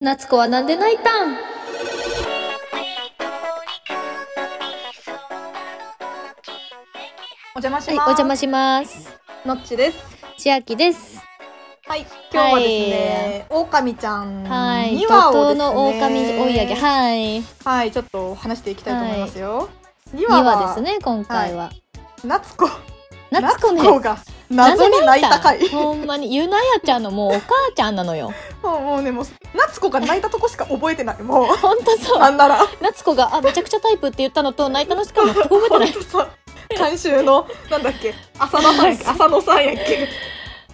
夏子はなんで泣いたんお邪魔しはい、おます。邪魔します。のっちです。千秋です。はい、今日はですね、狼ちゃんはい、に怒はを涛ですね、の狼追い上げ。はい、はい、ちょっと話していきたいと思いますよ。に二は話ですね。ね、今回は。夏子。夏子ね、が謎に泣いた回。ほんまにゆなやちゃんのもうお母ちゃんなの よ。もうもうね、もう夏子が泣いたとこしか覚えてない。もうほんとそなう、んなら。夏子があめちゃくちゃタイプって言ったのと泣い たのしか全く覚えてほなんい。とさ。監修のなんだっけ浅野さんやっけ浅野さんやっけ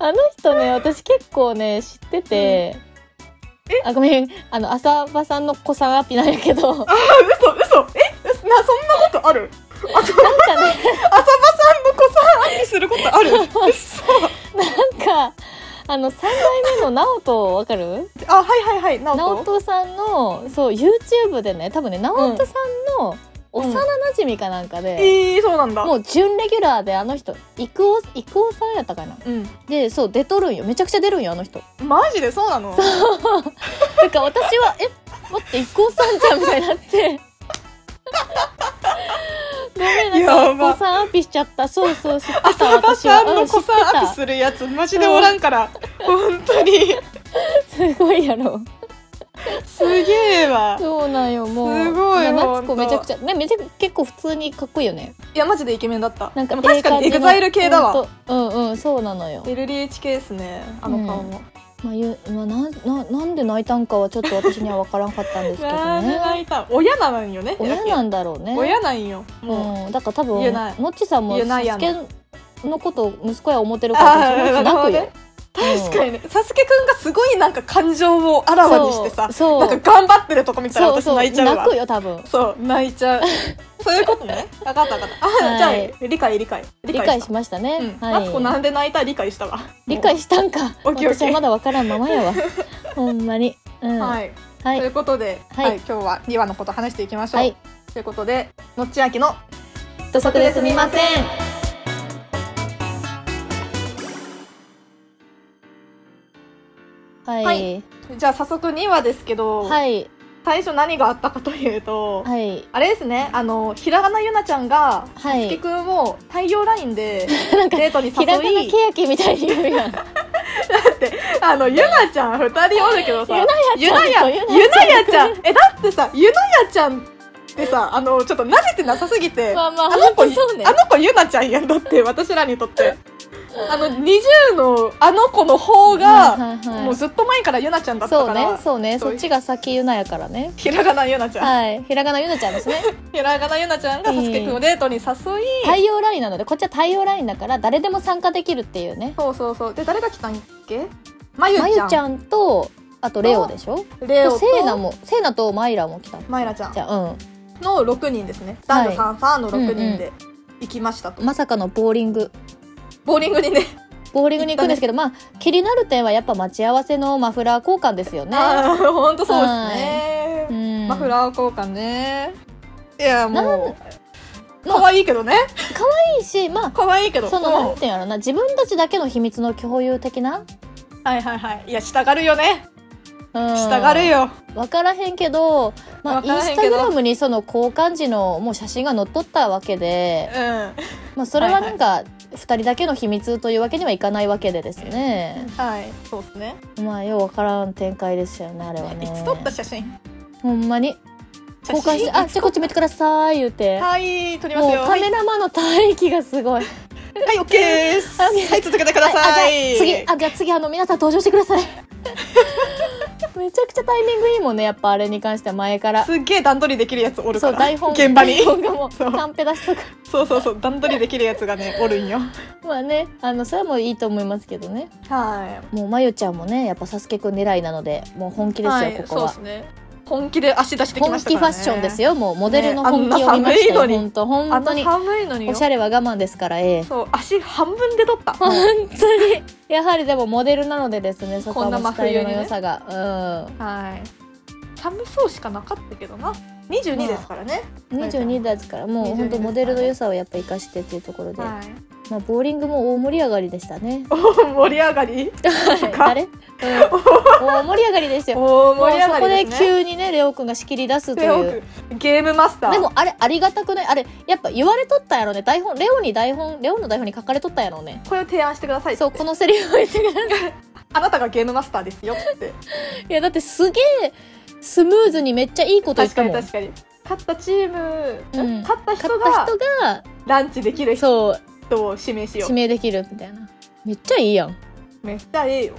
あの人ね、私結構ね知ってて。あごめんあの浅場さんの子さんアピなんやけどなんか嘘嘘え嘘なそんなことあるね浅場さんの子さんアピすることある 嘘なんかあの3代目の直人わかるあはいはいはい直直人人さんのそう YouTube でね多分ね直人さんのうん幼なじみかなんかで、えー、そうなんだもう準レギュラーであの人育夫育夫さんやったかなうんでそう出とるんよめちゃくちゃ出るんよあの 人マジでそうなのだから私はえ待って育夫さんじゃんみたいになって ごめんなさいやば育夫さんアピしちゃったそうそう知ってた浅場私さはんの子さんアピするやつマジでおらんから本当にうん知ってたすごいやろすげえわそうなんよもうすごいよな夏ほ子んとめちゃくちゃねめちゃ結構普通にかっこいいよねいやマジでイケメンだったなんかでも確かにエグザイル系だわわうんうんそうなのよ LDH 系ですねあの顔も、まあ、ゆまあ、なんななんで泣いたんかはちょっと私には分からんかったんですけどなんでね泣いた親なのよね親なんだろうね親なんよもう、うん、だから多言え分ないのっちさんも言えサないスやんケのことを息子や思ってるからあー泣くなよる確かにねサスケくんがすごいなんか感情をあらわにしてさそうなんか頑張ってるとこ見たらそう私そう泣いちゃうわ泣くよ多分そう泣いちゃう そういうことね分かった分かったあ、はいじゃあ理解理解理理解解ししましたね、たうんはマツコないんで泣いた理解したわ理解したんかオッケーオッケー私はまだ分からんままや わほんまに、うん、はいい、はといいうことで、ははいい今日は2話のこと話していきましょう、はいということでのっちあきの土足ですみませんははいいじゃあ早速2話ですけど、はい最初何があったかというと、はいあれですねあのひらがなゆなちゃんがはすけいくんを太陽ラインで なんかデートにひらがな誘いけやきみたいに言うやん あのゆなちゃん2人おるけ どさゆゆななややちゃんとゆなやちゃんえだってさゆなやちゃんってさあのちょっと慣れてなさすぎて、まあまああの子本当そうねあの子ゆなちゃんやんだって私らにと ってあの20のあの子の方が、はいはいはいもうずっと前からゆなちゃんだったそうからねそうねそうそっちが先ゆなやからねひらがなゆなちゃん、はいひらがなゆなちゃん ですねひらがなゆなちゃんがええサスケくんをデートに誘い、太陽ラインなのでこっちは太陽ラインだから誰でも参加できるっていうねそうそうそうで誰が来たんっけまゆちゃまんゆちゃんとあとレオでしょレオととセイナもセイナとマイラも来たマイラちゃんじゃあうんの6人ですね男女三三の6人で行きましたと、まさかのボーリングボーリングにねボーリングに行くんですけど、まあ気になる点はやっぱ待ち合わせのマフラー交換ですよね。ああ本当そうですね、うん、マフラー交換ねいやもうなん可愛いけどねいいしまあ可愛いけどそのうんなんていうんやろな自分たちだけの秘密の共有的な、はいはいはいいやしたがるよねうん、したがるよ、分からへんけど、まあ、わイかンらへスんタけグどラムにその交換時のもう写真が載っとったわけで、うまあ、それはなんか2人だけの秘密というわけにはいかないわけでですねん、はいそうですねまあよう分からん展開ですよねあれはねいつ撮った写真ほんまに写交換して「真あじゃあこっち見てください」言うて。はい撮りますもうよカメはラマンの帯域がすごい。いはいオッケーですはいオッケーはい続けてくださいあじゃあ次あじゃあ次あの皆さん登場してください。めちゃくちゃタイミングいいもんねやっぱあれに関しては前から。すっげえ段取りできるやつおるそかうら台本現場に台本がもう そうカンペ出しとく。そうそうそう段取りできるやつがねおるんよまあねあのそれはもういいと思いますけどね。はいもうまゆちゃんもねやっぱサスケくん狙いなのでもう本気ですよ、はい、ここそうはです。ね本気で足出してきま本した気かファらねッションですよもうモデルの本気ねをあ見んなましたよ、寒いのに本当本本当当にに寒いのによおしゃれは我慢ですからええ。そう足半分で 取った本当にやはりでもモデルなのでですねそこはもこんなう真スタイルの冬にね良さが、うん。はい寒そうしかなかったけどな22ですからね、 22ですからもう本当モデルの良さをやっぱ生かしてっていうところで、はいまあ、ボーリングも大盛り上がりでしたね。盛り上がりはい、あれ、うん、大盛り上がりですよ。 大盛り上もうがそこでりですね急にねレオくんが仕切り出すといレう。オ君ゲームマスターでもあれありがたくないあれやっぱ言われとったんやろね台本レオに台本レオの台本に書かれとったんやろね。これを提案してくださいってそうこのセリフを言ってくれるあなたがゲームマスターですよって いやだってすげえスムーズにめっちゃいいこと言っ確たかもんに確かに勝ったチーム、うん勝った人勝ったが人がランチできる人そうを指名しよ指名できるみたいなめっちゃいいやんうめっちゃいいよ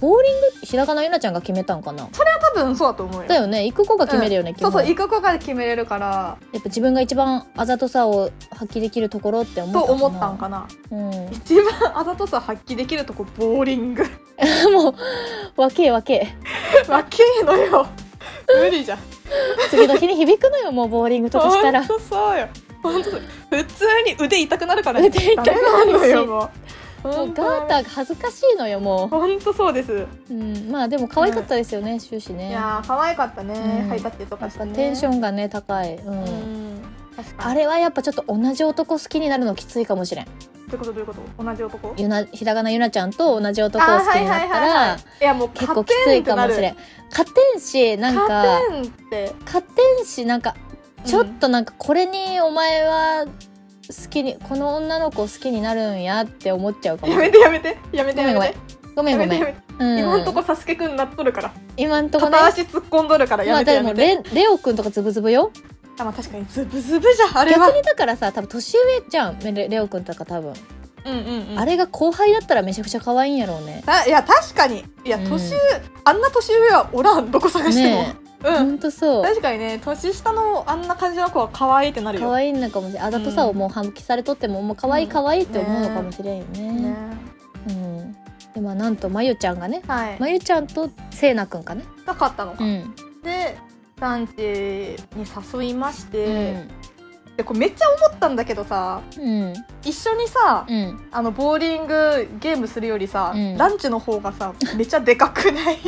ボーリング平仮名ゆなちゃんが決めたんかな多分そうだと思うよだよね行く子が決めるよね、基そう本そう行く子が決めれるからやっぱ自分が一番あざとさを発揮できるところって思とった思ったんかななうん一番あざとさ発揮できるとこボーリング もうわけえわけえわけえ のよ無理じゃん次の日に響くのよもうボーリングとかしたらほんとそうよほんとそう普通に腕痛くなるから腕痛くなるしダメなのよもうもうガーターが恥ずかしいのよもほんとそうです、う、うん、まあでも可愛かったですよね、終始ねやいやー可愛かったね、うんハイタッチとかっして、ぱね、テンションがね高い、うんうん確かにあれはやっぱちょっと同じ男好きになるのきついかもしれんどういうことどういうこと同じ男ゆなひらがなゆなちゃんと同じ男を好きになったらいやもう結構きついかもしれんん勝てんしなんか勝てんって勝てんしなんかちょっとなんかこれにお前は好きにこの女の子を好きになるんやって思っちゃうかもやめてやめてやめてごやめんごめんごめんごめてめんやめてうん今んとこサスケくんなっとるから今んとこね片足突っ込んどるからまやあめてでやもめてレレオくんとかズブズブよあまあ確かにズブズブじゃんあれ逆はにだからさ多分年上じゃんレレオくんとか多分、うんうんうんあれが後輩だったらめちゃくちゃ可愛いんやろうねあいや確かにいやうん年、あんな年上はおらんどこ探しても、ねえうほんんとそう確かにね年下のあんな感じの子は可愛いってなるよ可愛いのかもしれんあざとさをもう発揮されとってももう可愛い可愛いって思うのかもしれんよねねうんでまあなんとまゆちゃんがねはい、まゆちゃんとせいなくんかねが勝ったのか、ん、でランチに誘いまうして、んでこれめっちゃ思ったんだけどさうん一緒にさ、うんあのボーリングゲームするよりさ、うんランチの方がさめっちゃでかくない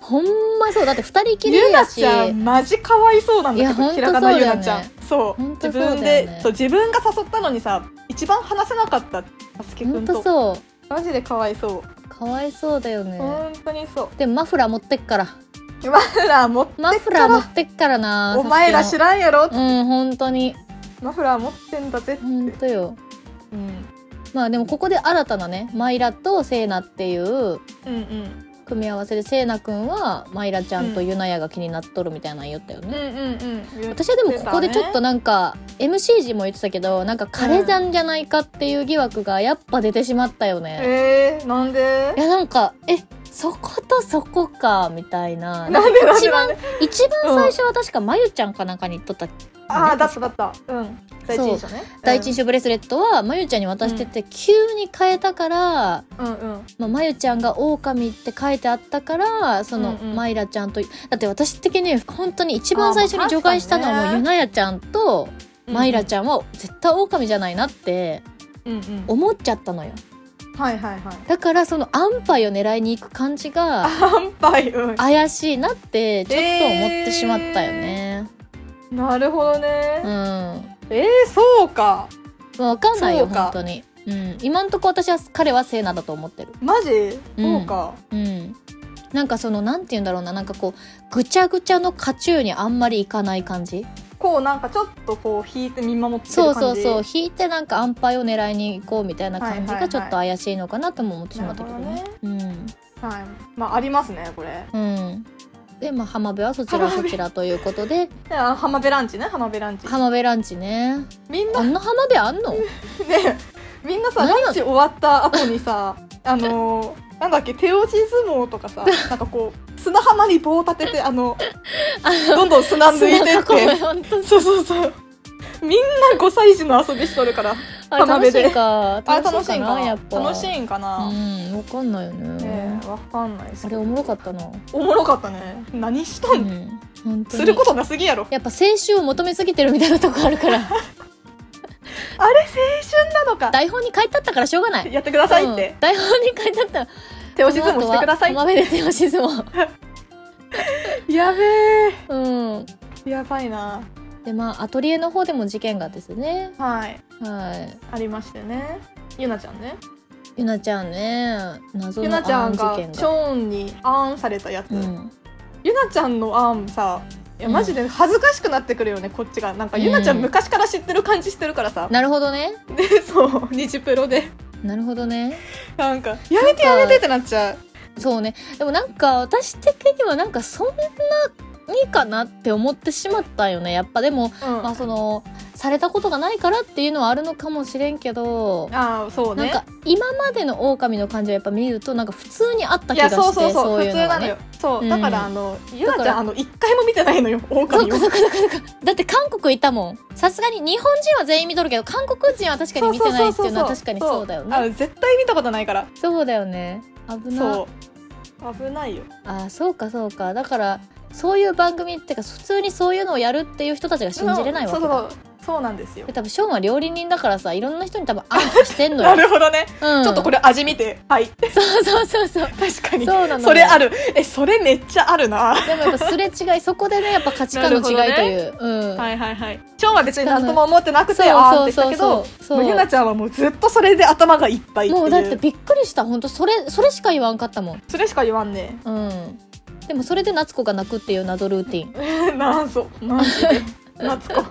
ほんまそうだって二人きりゆやなしちゃんマジかわいそうなんだけいやどひらがほんとそうだなゆよねなちゃんそうほんと自そうだよね分でそう自分が誘ったのにさ一番話せなかったサスケほくんんととそうマジでかわいそう、かわいそうだよね、本当にそでマフラー持ってっからうマフラー持ってっマフかラー持らってっからなお前ら知ららんやろ、うん本当にマフラー持ってんだぜって、本当ようんまあでもここで新たなねマイラとセイナっていううんうん組み合わせでセイナくんはマイラちゃんとユナヤが気になっとるみたいなの言ったよね、うんうんうん私はでもここでちょっとなんか、MC 陣も言ってたけどなんか枯れ山じゃないかっていう疑惑がやっぱ出てしまったよね、えー、なんでいやなんかえそことそこかみたいななんでなん一で番なんで一番最初は確かまゆちゃんかなんかに言っとった、ああだっ確ただかったうん第一印象ね第一印象ブレスレットはまゆちゃんに渡してて、急に変えたから、うんうんまあ、まゆちゃんが「狼って書いてあったからその、うんうんマイラちゃんとだって私的に本当に一番最初にあー除外したのはまあも確うかゆにねなやちゃんとマイラちゃんは絶対狼じゃないなってゃんうんうん思っちゃったのよはいはいはいだからその安牌を狙いに行く感じが乾杯うん怪しいなってちょっと思ってしまったよね、なるほどねうんえー、そうかまあわかんないそようか本当にうん今んとこ私は彼はセーナだと思ってるマジうんそうかうんなんかそのなんて言うんだろうななんかこうぐちゃぐちゃの渦中にあんまりいかない感じこうなんかちょっとこう引いて見守ってるそう感じそうそうう引いてなんか安牌を狙いに行こうみたいな感じはいはいはがいちょっと怪しいのかなとも思ってしまったけどなるねうほんはいまあありますねこれうん。で、まあ、浜辺はそちら浜そ辺ちらということで、であ浜辺ランチね浜辺ランチ浜辺ランチね。みんなあんな浜辺あんのねみんなさ何なのランチ終わった後 にさあのーなんだっけ手押し相撲とかさなんかこう砂浜に棒立ててあのどんどん砂抜いてっ砂囲てい本当そうそうそうみんな5歳児の遊びしとるからあれ浜楽辺しでいか。あれ楽楽ししいかいんな、かやなっぱ。楽しいんかな、うん、わかんないよねね。えわかんないですあけれどおもろかったな。うおもろかったね何したん、ん。本当するにこ。となすぎやろやっぱ青春を求めすぎてるみたいなとこあるから あれ青春なのか台本に書いてあったからしょうがない、やってくださいってうん、台本に書いてあった手押し相撲してくださいこの後は浜辺で手押し相撲やべえうんやばいなでまあアトリエの方でも事件がですねはいはいありましてねゆなちゃんねゆなちゃんね謎ゆのなちゃあんん事がシ件が。ョーンにあーんされたやつ、うん、ゆなちゃんのあーんさいやマジで恥ずかしくなってくるよねこっちがなんかゆなちゃうんん昔から知ってる感じしてるからさ、なるほどねでそう日プロでなるほどねなんかやめてやめてってなっちゃうそうねでもなんか私的にはなんかそんなにかなって思ってしまったよねやっぱでもうん、まああそのされたことがないからっていうのはあるのかもしれんけど、あーそうなんねか今までの狼の感じをやっぱ見るとなんか普通にあったい気がやしてそうそうそうそういう普通のがなのねよそうだからあの、ゆなだちかゃんらあの一回も見てないのよそう狼をかそうかそうかそうかだって韓国いたもんさすがに日本人は全員見とるけど韓国人は確かに見てないっていうのは確かにそうだよあねの絶対見たことないからそうだよね危なそう危ないよあそうかそうかだからそういう番組ってか普通にそういうのをやるっていう人たちが信じれないわけだそうそうそうそうなんですよで多分ショーンは料理人だからさいろんな人に多分アンチしてんのなよ、るほどね、うん、ちょっとこれ味見て はいれそうそうそうそう確かにそうなのよそれあるえそれめっちゃあるなでもやっぱすれ違いそこでねやっぱ価値観の違いという、うん、はいはいはい今日は別に何とも思ってなくてあーっそうてしそたうけそうどそうもうゆなちゃんはもうずっとそれで頭がいっぱいっていうもうだってびっくりした本当それそれしか言わんかったもんそれしか言わ んねうんでもそれで夏子が泣くっていう謎ルーティンなんぞ マジで夏子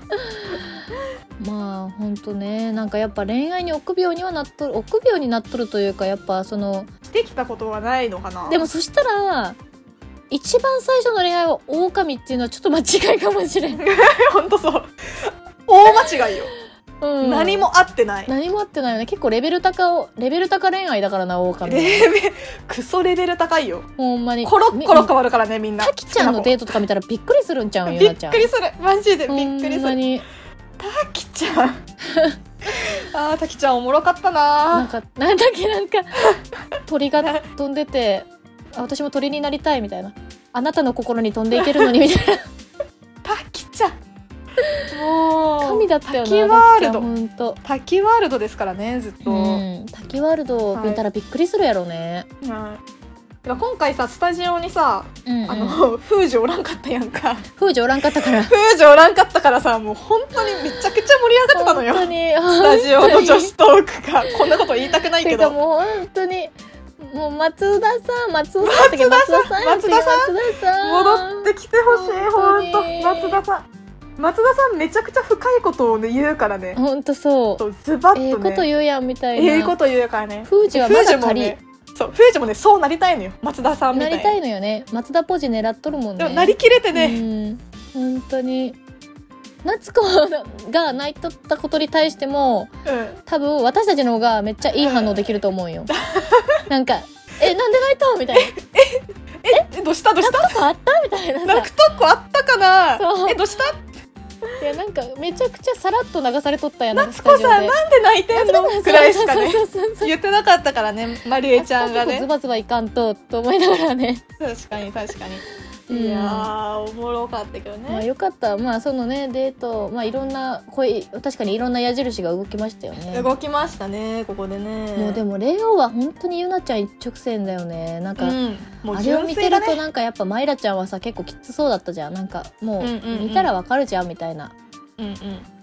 まあ本当ねなんかやっぱ恋愛に臆病にはなっとる臆病になっとるというかやっぱそのできたことはないのかなでもそしたら一番最初の恋愛は狼っていうのはちょっと間違いかもしれん、 本当そう大間違いよ、うん、何も合ってない何もあってないよね結構レベル高をレベル高恋愛だからな狼はレベルクソレベル高いよほんまにコロッコロみ変わるからねみんなタキちゃんのデーートとか見たらびっくりするんちゃうんびゆなっちゃんくりするマジでびほっんくりすま るにタキち ゃんあータキちゃんおもろかったなんなかなんだっけなんか鳥が飛んでてあ私も鳥になりたいみたいなあなたの心に飛んでいけるのにみたいなタキちゃん もう神だったよなタキワールド本当タキワールドですからねずっと、うん滝ワールド見たらびっくりするやろうね、はいでも今回さスタジオにさうんうんあの、風女おらんかったやんか風情おらんかったから風女おらんかったからさもう本当にめちゃくちゃ盛り上がってたのよ本当にスタジオの女本子トークがこんなこと言いたく当ないにてけかどもう本当にもう松田さん松尾さんだっけ松田さん松田さん松田さん戻ってきてほしい本当本に当松田さん松田さんめちゃくちゃ深いことをね言うからね本当そうそうズバええッとことね言うやんみたいなええこと言うからね風情はまだも仮、ねそう風女もねそうなりたいのよ松田さんみなたいりにたいのよね松田ポジ狙っとるもんねでもなりきれてね、うん本当に夏子が泣いとったことに対してもうん多分私たちの方がめっちゃいい反応できると思う よなんか「えなんで泣いた?」みたいなえどうしたどうした「あった?」みたいな泣さくとこあったかそなうえどうしたいやなんかめちゃくちゃさらっと流されとったやん夏子さんなんで泣いてんの夏子さんくらいしかねそうそうそうそう言ってなかったからねまりえちゃん夏が子結構ズねバズバいかんとと思いながらね確かに確かうに、んいやーおもろかったけどね、 まあよかったまあそのねデートまあいろんな恋確かにいろんな矢印が動きましたよね動きましたねここでねもうでもレオは本当にゆなちゃん一直線だよねなんか、うん、もうあれを純見粋てだるねとなんかやっぱマイラちゃんはさ結構きつそうだったじゃんなんかもうんうんううん見たらわかるじゃんみたいなうんうん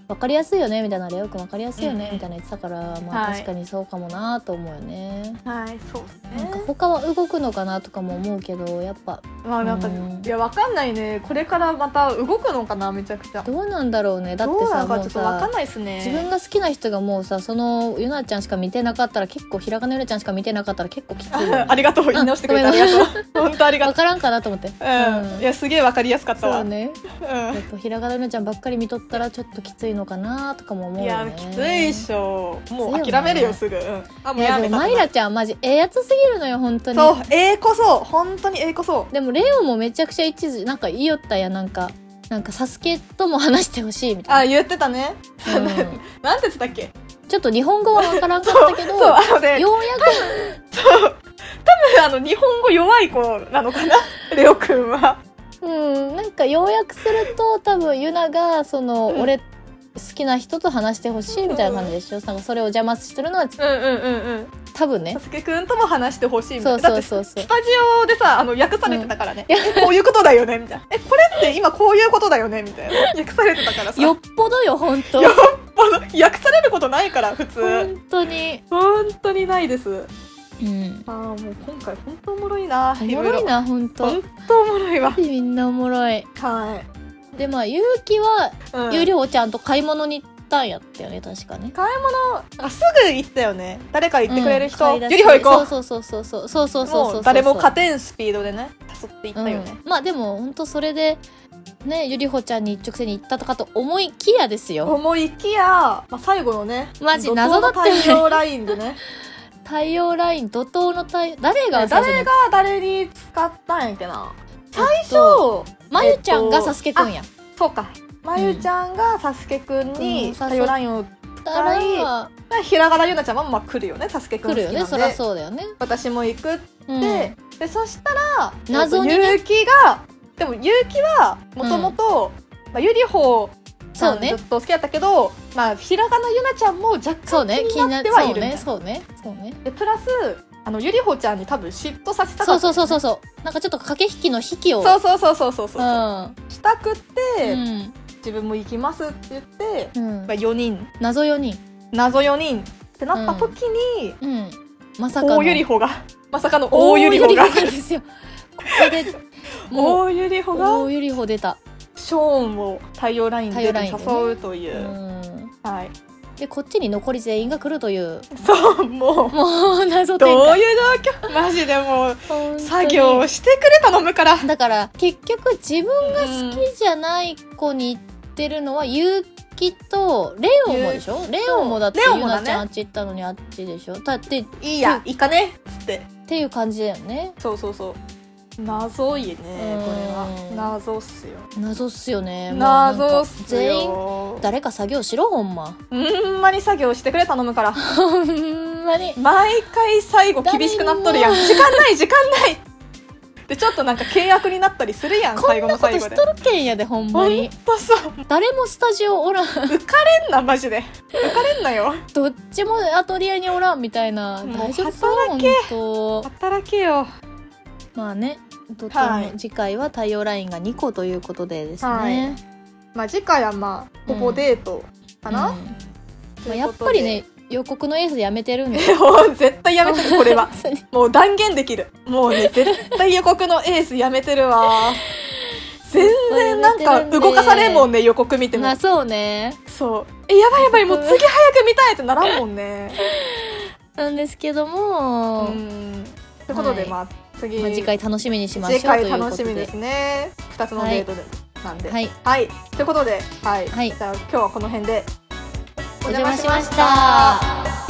わかりやすいよねみたいなレオくんわかりやすいようんねうんみたいな言ってたからまあはい確かにそうかもなと思うよね、はいそうですねなんか他は動くのかなとかも思うけどやっぱまあなんか、うんいやわかんないねこれからまた動くのかなめちゃくちゃどどうなんだろうねだってうなさのかもちょうっとわかさんないですね自分が好きな人がもうさそのゆなちゃんしか見てなかったら結構ひらがなゆなちゃんしか見てなかったら結構きついよね、 あありがとう言い直してくれてありがとう 本当ありがわ とからんかなと思って ううん、いやすげえわかりやすかったそわうねうんやっぱひらがなのちゃんばっかり見とったらちょっときついのかなとかも思ういよ、やね、きついっしょもきついようね諦めるよすぐ、うん、あいもうややでめもたマイラちゃんマジええやつすぎるのよ本当にそうええこそ本当にええこそでもレオもめちゃくちゃ一途なんか言いよったやんなんかなんかサスケとも話してほしいみたあい言ってたねな、うんなんて言ってたっけちょっと日本語はわからんかったけどそうあのねようやくあの日本語弱い子 なのかなレオくんはうんなんかようやくすると多分ユナがその、うん俺好きな人と話してほしいみたいな感じでしょ、なんかそれを邪魔するのはうんうんうんうん多分ね佐々木くんとも話してほしいみたそいうなだそっうてそうそうスタジオでさあの訳されてたからね、 えこういうことだよねみたいなえこれって今こういうことだよねみたいな訳されてたからさよっぽどよ本当よあの訳されることないから普通本当に本当にないですうんああもう今回本当おもろいなおもろいろな本当本当おもろいわみんなおもろいはい、でまあゆうきはうんゆりほちゃんと買い物に行ったんやったよね確かねあすぐ行ったよね誰か行ってくれる人、うん買い出しゆりほ行こうそうそうそうそうそうそうそうそうそうもう誰も勝てんスピードでね誘って行ったよね、うんまあでも本当それでねゆりほちゃんに一直線に行ったとかと思いきやですよ思いきや、まあ、最後のねマジ謎だったよね怒涛の太陽ライン でね太陽ライン怒涛の太陽誰が最初誰にが誰に使ったんやっけな最えっ初とそまゆちゃんえがっとサスケくんや、うかまゆちゃんがサスケくんうんに太陽ラインをたら平原優奈ちゃんはまあ来るよねサスケくん来好るきなよんねでそりゃそうだよね、私も行くって、うん、でそしたら謎にね結城がでも結城はもともとゆりほそさうんずねっと好きだったけど、まあ平仮名ゆなちゃんも若そう干ね気気になになっっててははいいるるみたいなそうねそうねでプラスあのゆりほちゃんに多分嫉妬させたかそうったそうそうそうそうなんかちょっと駆け引きの引きをそうそうそうそうそうそううそうんしたくって、うん自分も行きますって言って、うんまあ、4人謎4人謎4人ってなった時に、うんまさかの大ゆりほが まさかの大ゆりほ大がゆりですよここで もう大ゆりほが大ゆりほ出たショーンを太陽ライン太陽でラインでね誘うというう、んはいでこっちに残り全員が来るというそ うもうもう謎展どう開いう状況 マジでもう本当に作業してくれ頼むからだから結局自分が好きじゃない子に行ってるのは結城とレオもでしょレオもだってレゆオもだなねちゃんあっち行ったのにあっちでしょだってっいいや行かねっつってていう感じだよねそうそうそう謎いねこれうんは謎っすよ謎っすよねもうなんか謎っすよ全員誰か作業しろほんまほんまに作業してくれ頼むからほんまに毎回最後厳しくなっとるやん誰も時間ない時間ないでちょっとなんか契約になったりするやんこん最後なのこと最し後でとるけんやでほんまほんにとそう誰もスタジオおらん浮かれんなマジで浮かれんなよどっちもアトリエにおらんみたいなもう大丈夫そうほん働けと働けよまあね怒涛のはい次回は太陽ラインが2個ということでですね、はいまあ次回はまあほぼデートかな、 うんまあ、というやこっとぱでりね予告のエースでやめてるんでもう絶対やめてるこれは本当にもう断言できるもうね絶対予告のエースやめてるわ全然なんか動かされんもんね予告見 てまもあそうねそうえやばいやばいもう次早く見たいってならんもんねなんですけどうも、んということで、はいまあ次まあ、次回楽しみにしましょう次回楽しみというでこすね2つのデートで、なんとででは、はいいということではい、はいじゃあ今日はこの辺でお邪魔しました